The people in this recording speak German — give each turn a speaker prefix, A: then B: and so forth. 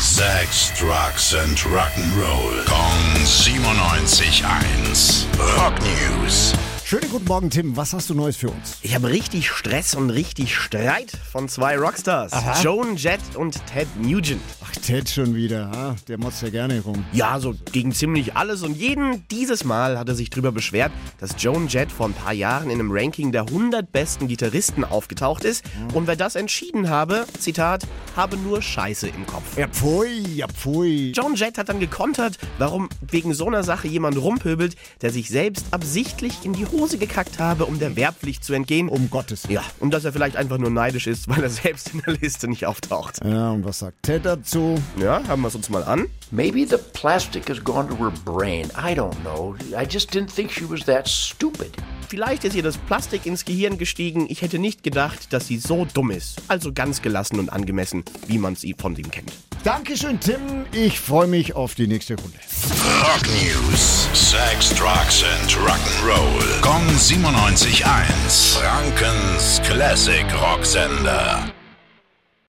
A: Sex, Drugs and Rock'n'Roll. Kong 97.1. Rock News.
B: Schönen guten Morgen, Tim. Was hast du Neues für uns?
C: Ich habe richtig Stress und richtig Streit von zwei Rockstars. Joan Jett und Ted Nugent.
B: Ach, Ted schon wieder. Ah, der motzt ja gerne rum.
C: Ja, so gegen ziemlich alles und jeden. Dieses Mal hat er sich darüber beschwert, dass Joan Jett vor ein paar Jahren in einem Ranking der 100 besten Gitarristen aufgetaucht ist. Und wer das entschieden habe, Zitat, habe nur Scheiße im Kopf.
B: Ja, pfui, ja, pfui.
C: Joan Jett hat dann gekontert, warum wegen so einer Sache jemand rumpöbelt, der sich selbst absichtlich in die Hose gekackt habe, um der Wehrpflicht zu entgehen.
B: Um Gottes Willen.
C: Ja, und dass er vielleicht einfach nur neidisch ist, weil er selbst in der Liste nicht auftaucht.
B: Ja, und was sagt Ted dazu?
C: Ja, haben wir es uns mal an.
D: Maybe the plastic has gone to her brain. I don't know. I just didn't think she was that stupid.
C: Vielleicht ist ihr das Plastik ins Gehirn gestiegen. Ich hätte nicht gedacht, dass sie so dumm ist. Also ganz gelassen und angemessen, wie man sie von ihm kennt.
B: Dankeschön, Tim. Ich freue mich auf die nächste Runde.
A: Rock News. Sex, Drugs and Rock'n'Roll. Kong 97.1. Frankens Classic Rocksender.